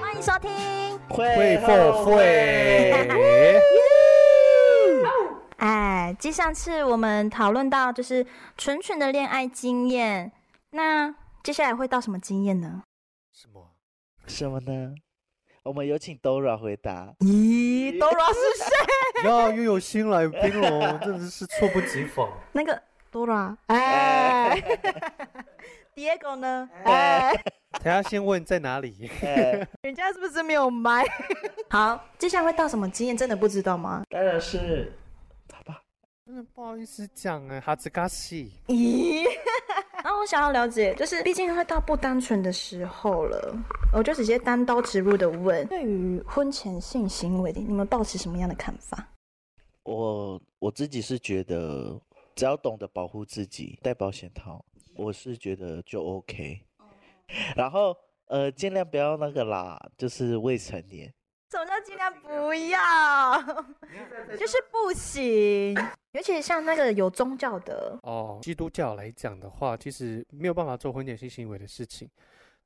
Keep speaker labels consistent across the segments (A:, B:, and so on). A: 欢迎收听。
B: 会后会，
A: 哎，继上次我们讨论到就是纯纯的恋爱经验，那接下来会到什么经验呢？
C: 什么？
B: 什么呢？我们有请 Dora 回答。
A: 咦，Dora 是谁？
C: 呀，又有新来宾喽，真的是猝不及防。
A: 那个 Dora，哎 ，Diego 呢？哎，
C: 等下先问在哪里？
B: 哎，
A: 人家是不是没有麦？ 好，接下来会到什么经验？真的不知道吗？
B: 当然是他吧。
C: 真的不好意思讲哎，哈兹嘎西。
A: 咦， 然后我想要了解，就是毕竟会到不单纯的时候了，我就直接单刀直入的问，对于婚前性行为，你们抱持什么样的看法？
B: 我我自己是觉得，只要懂得保护自己，戴保险套，我是觉得就 OK。然后呃，尽量不要那个啦，就是未成年。
A: 什么叫尽量不 要？就是不行，尤其像那个有宗教的，
C: 哦，基督教来讲的话，其实没有办法做婚前性行为的事情。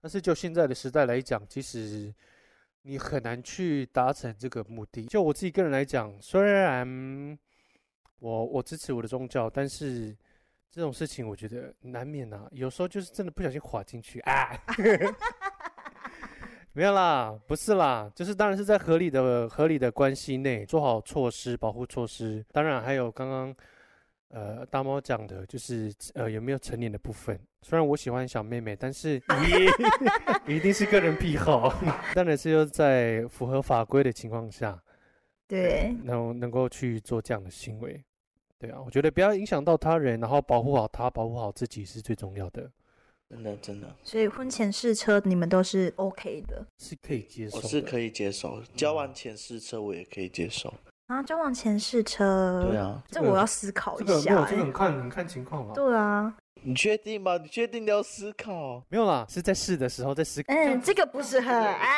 C: 但是就现在的时代来讲，其实你很难去达成这个目的。就我自己个人来讲，虽然我我支持我的宗教，但是这种事情我觉得难免啊，有时候就是真的不小心滑进去啊。没有啦，不是啦，就是当然是在合理的合理的关系内做好措施，保护措施。当然还有刚刚呃，大猫讲的就是呃有没有成年的部分。虽然我喜欢小妹妹，但 是一定是个人癖好， 当然是要在符合法规的情况下，
A: 对，
C: 能能够去做这样的行为。对啊，我觉得不要影响到他人，然后保护好他，保护好自己是最重要的，
B: 真的真的，
A: 所以婚前试车你们都是 OK 的。
C: 是可以接受
B: 我
C: 的。
B: 是可以接受。交往前试车我也可以接受。
A: 然后啊交往前试车，
B: 对，啊，
A: 这我要思考
C: 这
A: 一
C: 个没
A: 下、
C: 有，这个
A: 欸
C: 很看很看情况啊。
A: 对啊，
B: 你确定吗？你确定你要思考？
C: 没有啦，是在试的时候在 试，
A: 嗯，这个不是很哎，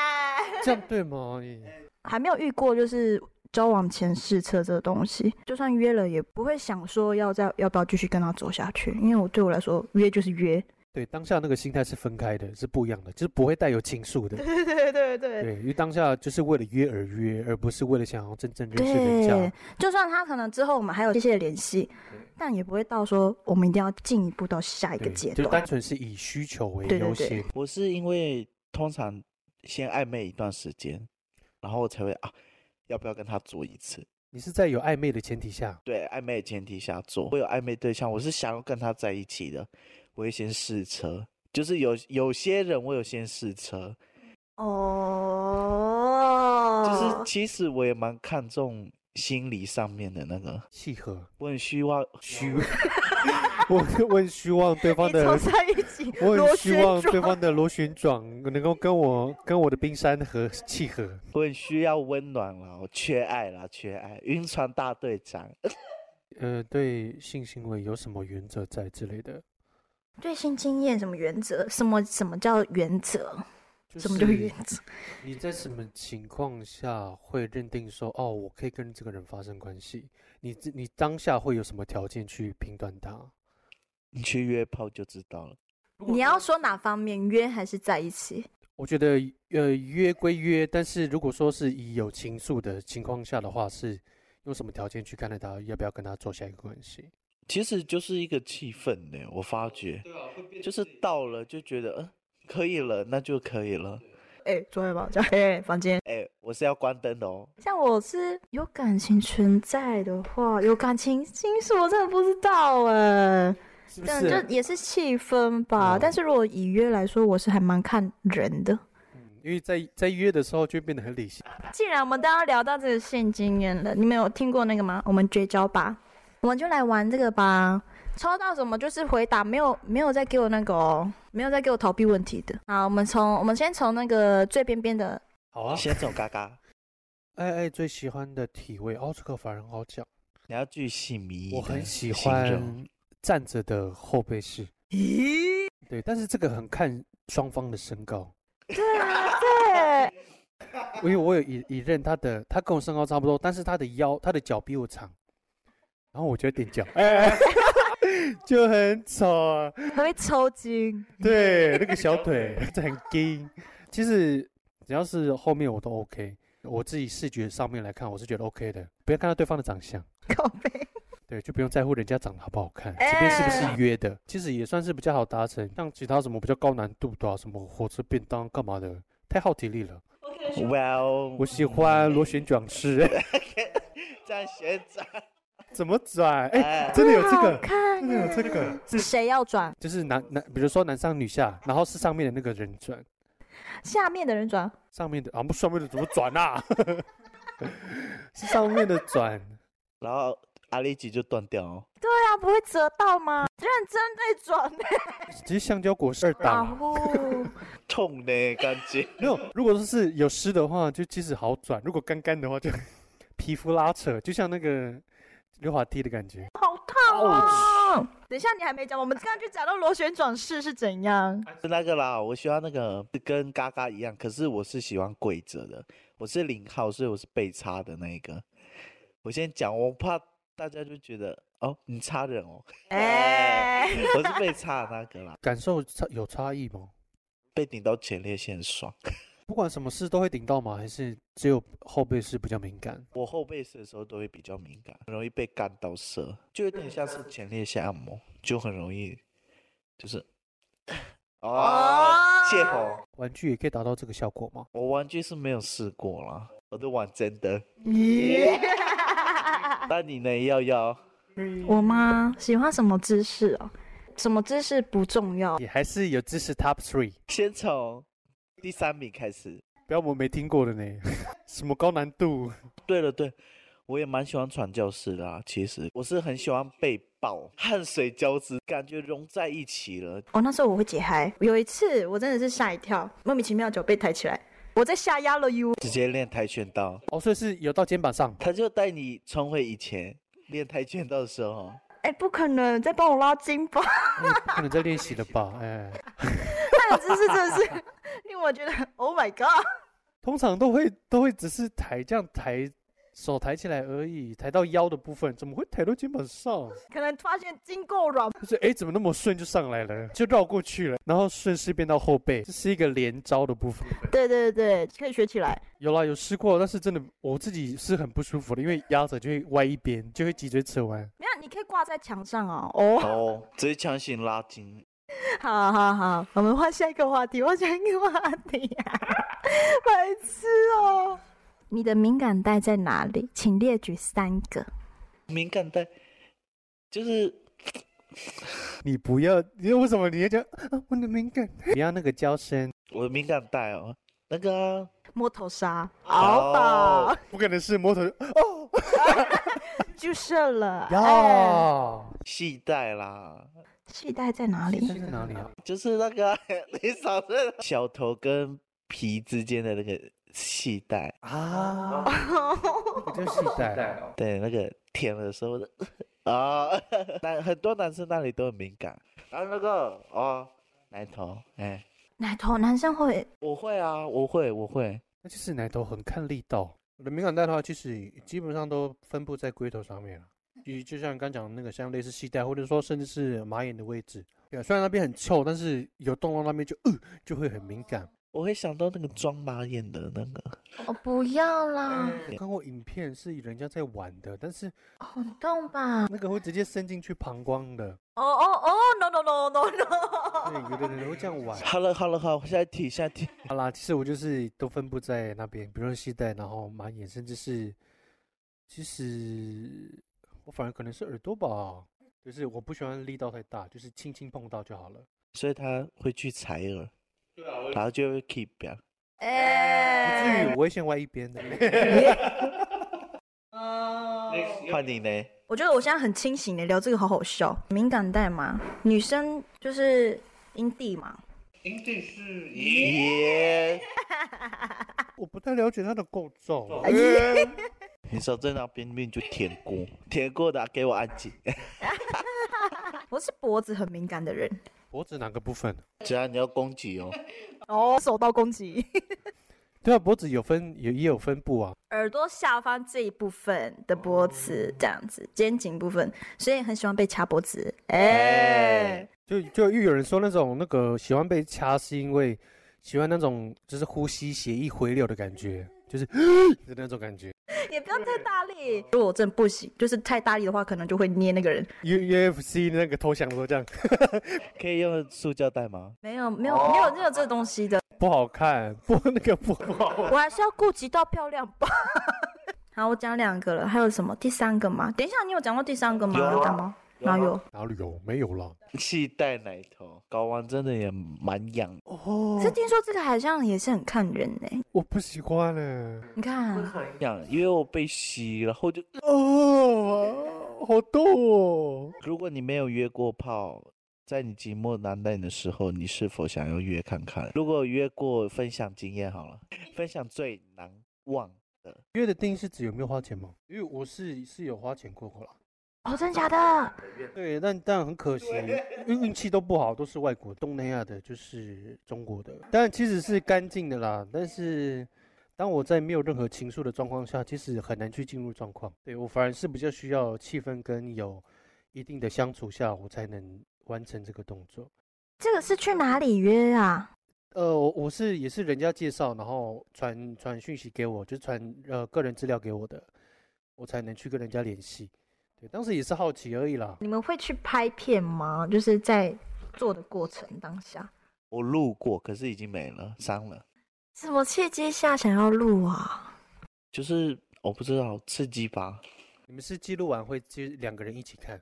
C: 这样对吗？你
A: 还没有遇过就是交往前试车这个东西，就算约了也不会想说要再要不要继续跟他走下去，因为我对我来说约就是 约，
C: 对当下那个心态是分开的，是不一样的，就是不会带有情愫的。
A: 对对对对
C: 对，因为当下就是为了约而约，而不是为了想要真正认识人
A: 对
C: 家。，
A: 就算他可能之后我们还有一些联系，但也不会到说我们一定要进一步到下一个
C: 对，
A: 阶
C: 就单
A: 段。
C: 纯是以需求为
A: 对对
C: 优
A: 对
C: 先。
B: 我是因为通常先暧昧一段时间，然后我才会啊，要不要跟他做一次？
C: 你是在有暧昧的前提下，
B: 对，暧昧的前提下做。我有暧昧对象，我是想要跟他在一起的，我会先试车。就是有有些人我有先试车，
A: 哦，
B: 就是其实我也蛮看重心理上面的那个。
C: 契合，
B: 我很希望虚，
C: 哦我我很希望对方
A: 你从
C: 的，
A: 上一集
C: 我
A: 螺
C: 很希
A: 旋
C: 望
A: 状，
C: 对方的螺旋转能够跟我跟我的冰山和契合。
B: 我很需要温暖啦，我缺爱啦，缺爱。晕船大队长，
C: 呃，对性行为有什么原则在之类的？
A: 对性经验什么原则？什么什么叫原则？
C: 就
A: 什么叫
C: 是
A: 原则？
C: 你在什么情况下会认定说，哦，我可以跟这个人发生关系？你自你当下会有什么条件去评断他？
B: 你去约炮就知道了。
A: 你要说哪方面约还是在一起？
C: 我觉得，呃，约归约，但是如果说是以有情愫的情况下的话，是用什么条件去看待他，要不要跟他做下一个关系？
B: 其实就是一个气氛呢，我发觉，就是到了就觉得，嗯，可以了，那就可以了。
A: 哎、座位吧，这样哎、房间。
B: 哎、我是要关灯的哦。
A: 像我是有感情存在的话，有感情因素我真的不知道哎、
C: 是不
A: 但
C: 是啊？
A: 就也是气氛吧。
C: 哦
A: 但是如果以约来说，我是还蛮看人的。
C: 嗯因为在在约的时候就会变得很理性。
A: 既然我们都要聊到这个性经验了，你们有听过那个吗？我们绝交吧，我们就来玩这个吧。抽到什么就是回答，没有没有再给我那个哦，没有再给我逃避问题的。好，我们从我们先从那个最边边的，
C: 好啊，
B: 先走嘎嘎，
C: 爱爱最喜欢的体位，哦，这个反而很好讲，
B: 你要巨细靡遗。
C: 我很喜，欢站着的后背式。
A: 咦，
C: 对，但是这个很看双方的身高。
A: 对对，
C: 因为我有一一任他的，他跟我身高差不多，但是他的腰他的脚比我长，然后我就 踮脚，哎，就很丑啊。
A: 还会抽筋。
C: 对，那个 小腿这很硬。其实只要是后面我都 OK，我自己视觉上面来看，我是觉得 OK 的。不要看到对方的长相，
A: 靠背，
C: 对，就不用在乎人家长得好不好看，即便是不是约的，其实也算是比较好达成。像其他什么比较高难度的、啊，什么火车便当干嘛的，太耗体力了。
B: Well，
C: 我喜欢螺旋转式，
B: 在旋转，
C: 怎么转？哎、
B: 哎
C: 真的有这
A: 好
C: 个，
A: 看
C: 真的有这个，
A: 是谁要转？
C: 就是男男，比如说男上女下，然后是上面的那个人转，
A: 下面的人转。
C: 上面的啊，不，上面的怎么转啊？ 是上面的转，
B: 然后阿里吉就断掉哦。
A: 对啊，不会折到吗？认真在转 呢。
C: 其实橡胶果是二
A: 啊
C: 档，
A: 呼，
B: 痛的感觉。
C: 没有。如果说是有湿的话，就其实好转；如果干干的话，就皮肤拉扯，就像那个溜滑梯的感觉。
A: 好烫啊！等一下，你还没讲，我们刚刚就讲到螺旋转式是怎样。
B: 是那个啦，我喜欢那个跟嘎嘎一样，可是我是喜欢跪着的，我是零号，所以我是被插的那一个。我先讲，我怕大家就觉得哦，你插人哦，
A: 哎、
B: 我是被插的那个啦，
C: 感受差有差异吗？
B: 被顶到前列腺爽。
C: 不管什么事都会顶到吗？还是只有后背是比较敏感？
B: 我后背射的时候都会比较敏感，很容易被干到射，就有点像是前列腺按摩，就很容易，就是，哦，泄洪。
C: 玩具也可以达到这个效果吗？
B: 我玩具是没有试过啦，我都玩真的。那你呢？要要。
A: 我吗？喜欢什么姿势哦？什么姿势不重要。
C: 也还是有支持 Top Three，
B: 先从第三名开始。
C: 不要我没听过的呢， 什么高难度？
B: 对了，对，我也蛮喜欢传教士的啊。其实我是很喜欢被抱，汗水交织，感觉融在一起了。
A: 哦，那时候我会解嗨。有一次我真的是吓一跳，莫名其妙就被抬起来，我在下压了 U。
B: 直接练跆拳道，
C: 哦，所以是有到肩膀上。
B: 他就带你重回以前练跆拳道的时候。
A: 哎、不可能，再帮我拉筋吧。
C: 哎不可能在练习了吧？哎，
A: 那个姿势真的是 令我觉得 Oh my God。
C: 通常都会都会只是抬这样抬，手抬起来而已，抬到腰的部分，怎么会抬到肩膀上？
A: 可能发现筋够软，
C: 就是哎，怎么那么顺就上来了，就绕过去了，然后顺势变到后背，这是一个连招的部分。
A: 对对对，可以学起来。
C: 有啦，有试过，但是真的我自己是很不舒服的，因为压着就会歪一边，就会脊椎侧弯。
A: 没有，你可以挂在墙上哦。哦，
B: 哦，直接强行拉筋。
A: 好好好，我们换下一个话题，换下一个话题、啊白痴哦。你的敏感带在哪里？请列举三个。
B: 敏感带就是
C: 你不要，你为什么你要讲啊？我的敏感，不要那个娇声，
B: 我的敏感带哦，那个啊、
A: 摸头杀，好
B: 好
A: 吧，
C: 不可能是摸头哦
A: 就是了。哎，
C: 呀，
B: 系带啦，
A: 系带在哪
C: 这
A: 里？
C: 是哪里啊？
B: 就是那个啊 你少在小头跟皮之间的那个系带。
C: 啊，我就是带，
B: 对，那个舔的时 候的啊，男很多男生那里都很敏感，然啊后那个哦，奶头，哎，
A: 奶头男生会
B: 我会啊，我会，我会，
C: 那就是奶头很看力道。我的敏感带的话，其实基本上都分布在龟头上面了，啊就就像刚讲的那个，像类似系带，或者说甚至是马眼的位置。对啊，虽然那边很臭，但是有动到那边就呃就会很敏感。
B: 我会想到那个装马眼的那个，
A: 哦，不要啦，
C: 我看过影片是人家在玩的，但是
A: 滚动吧。
C: 那个会直接伸进去膀胱的，
A: 哦哦哦，no no no no no。
C: 对，有的人会这样玩。
B: 好了好了好，下一题下一题，
C: 好啦，其实我就是都分布在那边，比如说系带，然后马眼，甚至是，其实我反而可能是耳朵吧，就是我不喜欢力道太大，就是轻轻碰到就好了。
B: 所以他会去采耳，然后就会 keep 表，
C: 不
A: 哎，
C: 至于，我会先歪一边 的。哦
B: 换你呢？
A: 我觉得我现在很清醒的聊这个好好笑。敏感带嘛，女生就是阴蒂嘛，
B: 耶，
C: 我不太了解它的构造，哎嗯
B: 你手在那边面就舔过，舔过的啊给我安 静，
A: 我是脖子很敏感的人。
C: 脖子哪个部分？啊
B: 只要你要攻击哦，
A: 哦，手刀攻击，
C: 对啊，脖子有分也也有分布啊，
A: 耳朵下方这一部分的脖子这样子，肩颈部分，所以很喜欢被掐脖子。哎、
B: 哎
C: 就就又有人说那种那个喜欢被掐是因为喜欢那种就是呼吸血液回流的感觉，就是 的那种感觉。
A: 也不要太大力。如果我真的不行，就是太大力的话，可能就会捏那个人。
C: U U F C 那个投降的时候这样
B: 可以用塑胶袋吗？
A: 没有，没有，没
C: 哦
A: 有，没有这东西的。
C: 不好看， 不那个不不好
A: 我还是要顾及到漂亮吧。 好，我讲两个了，还有什么？第三个吗？等一下，你有讲过第三个吗？
B: 有啊
A: 有讲吗？哪有？
C: 哪里有没有了？
B: 气袋奶头，睾丸真的也蛮痒的。
C: 哦
A: 可是听说这个好像也是很看人呢、
C: 我不喜欢欸呢、
A: 你看，
B: 痒，因为我被吸，然后就，
C: 哦，好痛哦！
B: 如果你没有约过炮，在你寂寞难耐的时候，你是否想要约看看？如果约过，分享经验好了，分享最难忘的。
C: 约的定义是指有没有花钱吗？因为我是是有花钱过过啦。
A: 哦，真假的？
C: 对，但但很可惜，运运气都不好，都是外国东南亚的，就是中国的。但其实是干净的啦，但是当我在没有任何情愫的状况下，其实很难去进入状况。对我反而是比较需要气氛跟有一定的相处下，我才能完成这个动作。
A: 这个是去哪里约啊？
C: 呃，我我是也是人家介绍，然后传传讯息给我，就传呃个人资料给我的，我才能去跟人家联系。对，当时也是好奇而已啦。
A: 你们会去拍片吗？就是在做的过程当下，
B: 我录过，可是已经没了，伤了。
A: 什么契机下想要录啊？
B: 就是我不知道，刺激吧？
C: 你们是记录完会就两个人一起看？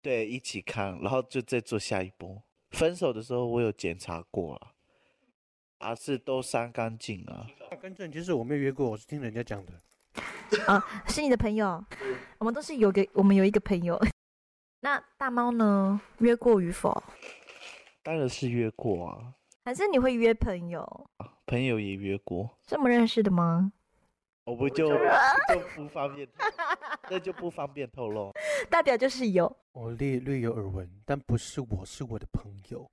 B: 对，一起看，然后就再做下一波。分手的时候我有检查过啊，还是都删干净啊。
C: 跟正其实我没有约过，我是听人家讲的。
A: 是你的朋友？我们都是有个，我们有一个朋友。 那大猫呢？约过与否？
B: 当然是约过啊，
A: 还是你会约朋友？
B: 朋友也约过，
A: 这么认识的吗？
B: 我不就就不方便透露，那就不方便透露。
A: 代表就是有。
C: 我略略有耳闻，但不是我，是我的朋友。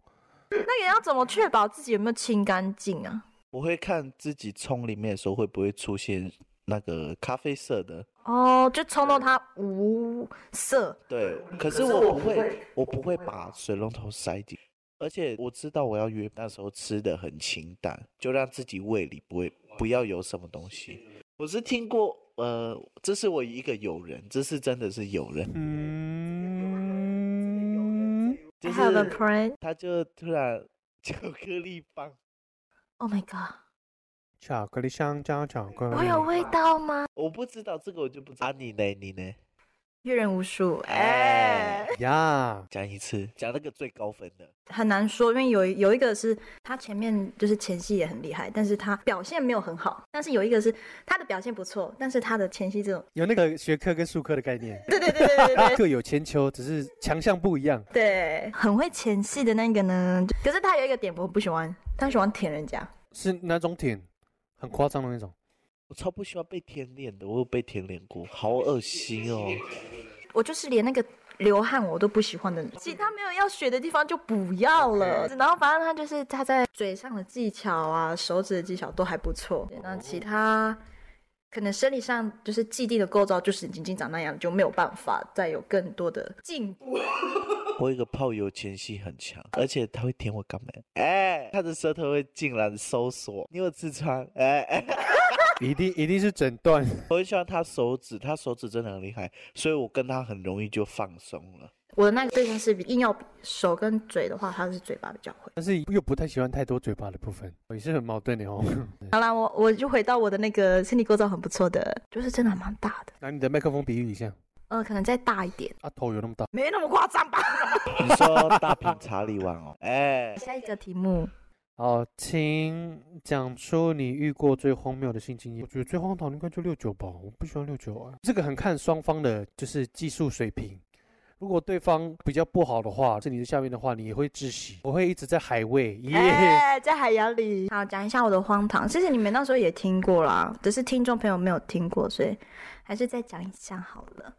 A: 那也要怎么确保自己有没有清干净啊？
B: 我会看自己冲里面的时候会不会出现那个咖啡色的，
A: 哦，就冲到它无色，
B: 对，可是我不会，我不会把水龙头塞进。而且我知道我要约，那时候吃的很清淡，就让自己胃里不会不要有什么东西。我是听过，呃，这是我一个友人，这是真的是友人，
C: 嗯，
B: 就
A: I have a
B: 是
A: friend.
B: 他就突然巧克力棒
A: Oh my god，
C: 巧克力香蕉巧克力。
A: 我有味道吗？
B: 我不知道这个，我就不知道。啊，你呢？你呢？
A: 阅人无数，哎、
B: 哎，
C: 呀，
B: 讲一次，讲那个最高分的。
A: 很难说，因为有有一个是他前面就是前戏也很厉害，但是他表现没有很好，但是有一个是他的表现不错，但是他的前戏这种，
C: 有那个学科跟术科的概念，
A: 对对对对对对。
C: 各有千秋，只是强项不一样。
A: 对，很会前戏的那个呢，可是他有一个点我不喜欢，他喜欢舔人家。
C: 是哪种舔？很夸张的那种。
B: 我超不喜欢被舔脸的，我有被舔脸过，好恶心 哦！
A: 我就是连那个流汗我都不喜欢的人，其他没有要学的地方就不要了。然后反正他就是他在嘴上的技巧啊，手指的技巧都还不错。对那其他可能生理上就是既定的构造就是已经长那样，就没有办法再有更多的进步。
B: 我有一个炮友前戏很强，而且他会舔我肛门，哎，他的舌头会竟然搜索，你有痔疮，哎哎，
C: 一定一定是诊断。
B: 我很喜欢他手指，他手指真的很厉害，所以我跟他很容易就放松了。
A: 我的那个对象是比硬要比手跟嘴的话，他是嘴巴比较会。
C: 但是又不太喜欢太多嘴巴的部分，也是很矛盾的哦。
A: 嗯好啦，我我就回到我的那个身体构造很不错的，就是真的还蛮大的，
C: 拿你的麦克风比喻一下，
A: 呃，可能再大一点，
C: 啊，头有那么大？
A: 没那么夸张吧。
B: 你说大品查理王哦，哎，
A: 下一个题目，
C: 好，请讲出你遇过最荒谬的性经验。我觉得最荒唐的应该就六九吧，我不喜欢六九啊。这个很看双方的，就是技术水平。如果对方比较不好的话，是你的下面的话，你也会窒息。我会一直在海味，耶、
A: 哎、在海洋里。好，讲一下我的荒唐，其实你们那时候也听过啦，只是听众朋友没有听过，所以还是再讲一下好了。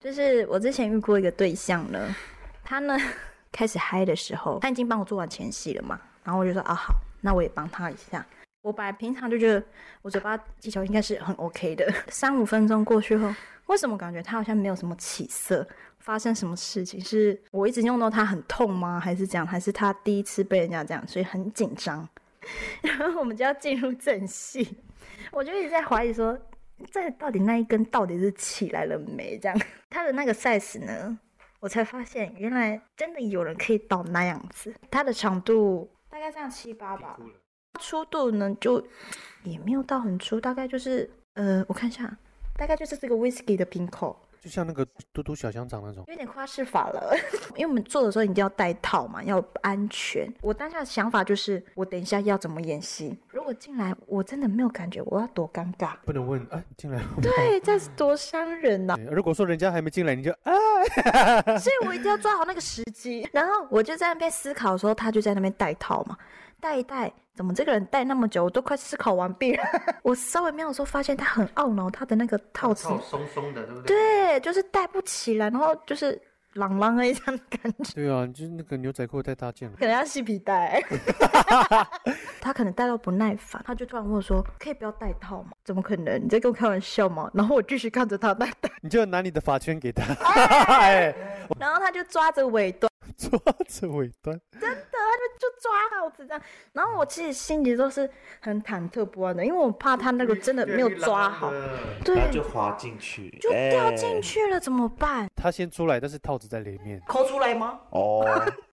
A: 就是我之前遇过一个对象呢，他呢 开始嗨的时候，他已经帮我做完前戏了嘛，然后我就说啊好，那我也帮他一下。我本来平常就觉得我嘴巴技巧应该是很 OK 的，三五分钟过去后，为什么感觉他好像没有什么起色？发生什么事情？是我一直用到他很痛吗？还是这样？还是他第一次被人家这样，所以很紧张？ 然后我们就要进入正戏，我就一直在怀疑说，这到底那一根到底是起来了没？这样他的那个 size 呢？我才发现原来真的有人可以到那样子，它的长度大概这样七八吧。粗度呢，就也没有到很粗，大概就是呃，我看一下，大概就是这个 whisky 的瓶口，
C: 就像那个嘟嘟小香肠那种，
A: 有点夸饰法了。 因为我们做的时候一定要戴套嘛，要安全。我当下的想法就是，我等一下要怎么演戏？如果进来我真的没有感觉，我要多尴尬？
C: 不能问哎，你进来了吗。
A: 对，这样是多伤人呐、啊
C: 对如果说人家还没进来，你就啊，
A: 所以我一定要抓好那个时机。然后我就在那边思考的时候，他就在那边戴套嘛，戴一戴，怎么这个人戴那么久，我都快思考完毕了。 我稍微瞄的时候，发现他很懊恼，他的那个套子
D: 松松的，对不？
A: 对，就是戴不起来，然后就是朗朗的一样的感觉，
C: 对啊，就是那个牛仔裤太大件了。
A: 可能要系皮带。 他可能戴到不耐烦，他就突然问我说：“可以不要戴套吗？”怎么可能？你在跟我开玩笑吗？然后我继续看着他戴套，
C: 你就拿你的发圈给他，哎，
A: 然后他就抓着尾端，
C: 抓着尾端，
A: 就抓好子这样。然后我其实心里都是很忐忑不安的，因为我怕他那个真的没有抓好，对啊
B: 然，后就滑进去，
A: 就掉进
B: 哎
A: 去了，怎么办？
C: 他先出来，但是套子在里面。
A: 抠出来吗？
B: 哦。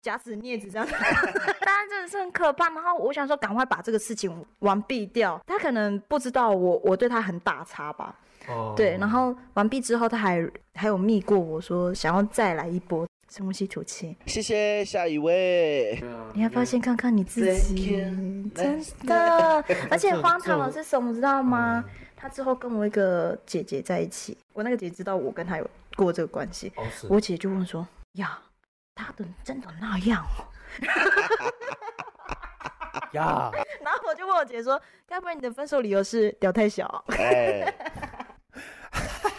A: 夹子、镊子这样， 当然真的是很可怕。然后我想说，赶快把这个事情完毕掉。他可能不知道我我对他很打叉吧，
D: 哦
A: 对。然后完毕之后，他还还有密过我说想要再来一波深呼吸吐气。
B: 谢谢下一位。
D: 啊
A: 你要发现看看你自己
B: Thank you，
A: 真的。而且
C: 这嗯
A: 荒唐的
C: 这
A: 是什么，知道吗？他之后跟我一个姐姐在一起，我那个姐姐知道我跟他有过这个关系，
D: 哦是
A: 我姐就问说：“呀，他的真的那样哦？”
C: 呀，
A: 然后我就问我姐说：“该不会你的分手理由是屌太小？”
B: 哎，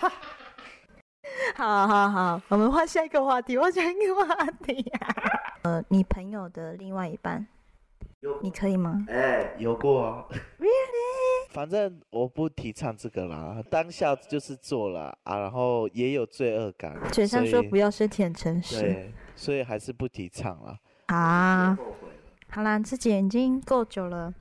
A: 好好好，我们换下一个话题，换下一个话题、 呃，你朋友的另外一半，
B: 有
A: 你可以吗？
B: 哎，有过啊。反正我不提倡这个啦，当下就是做了啊，然后也有罪恶感，
A: 嘴上说
B: 所以
A: 不要身体很诚 实
B: 对，所以还是不提倡啦。
A: 啊。好啦，自己已经够久了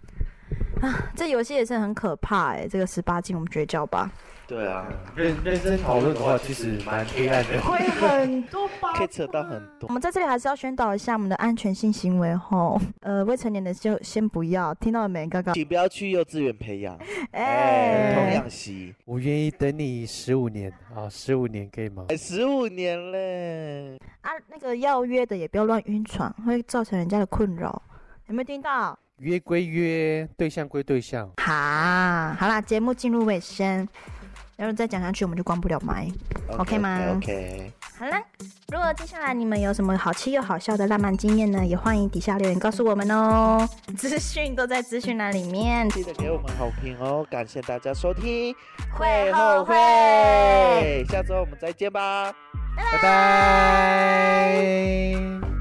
A: 啊，这游戏也是很可怕哎、这个十八禁我们绝交吧，
B: 对啊，
C: 认认真讨论的话，其实蛮黑暗的。
A: 会很多吧
B: 哎可以扯到很
A: 我
B: 多。
A: 们在这里还是要宣导一下我们的安全性行为吼，呃，未成年的就先不要，听到了没？刚刚
B: 请不要去幼稚园培养，
A: 哎
B: 哎，，童养媳，
C: 我愿意等你十五年啊，十五年可以吗？
B: 哎，十五年嘞，
A: 啊，那个要约的也不要乱晕船，会造成人家的困扰。有没有听到？
C: 约归约，对象归对象。
A: 哈，好啦，节目进入尾声，要是再讲下去我们就关不了麦。OK 吗
B: ？OK，
A: 好啦，如果接下来你们有什么好气又好笑的浪漫经验呢，也欢迎底下留言告诉我们哦。资讯都在资讯栏里面。
B: 记得给我们好评哦，感谢大家收听，
A: 会后
B: 后
A: 会
B: 会，下周我们再见吧。
C: 拜拜。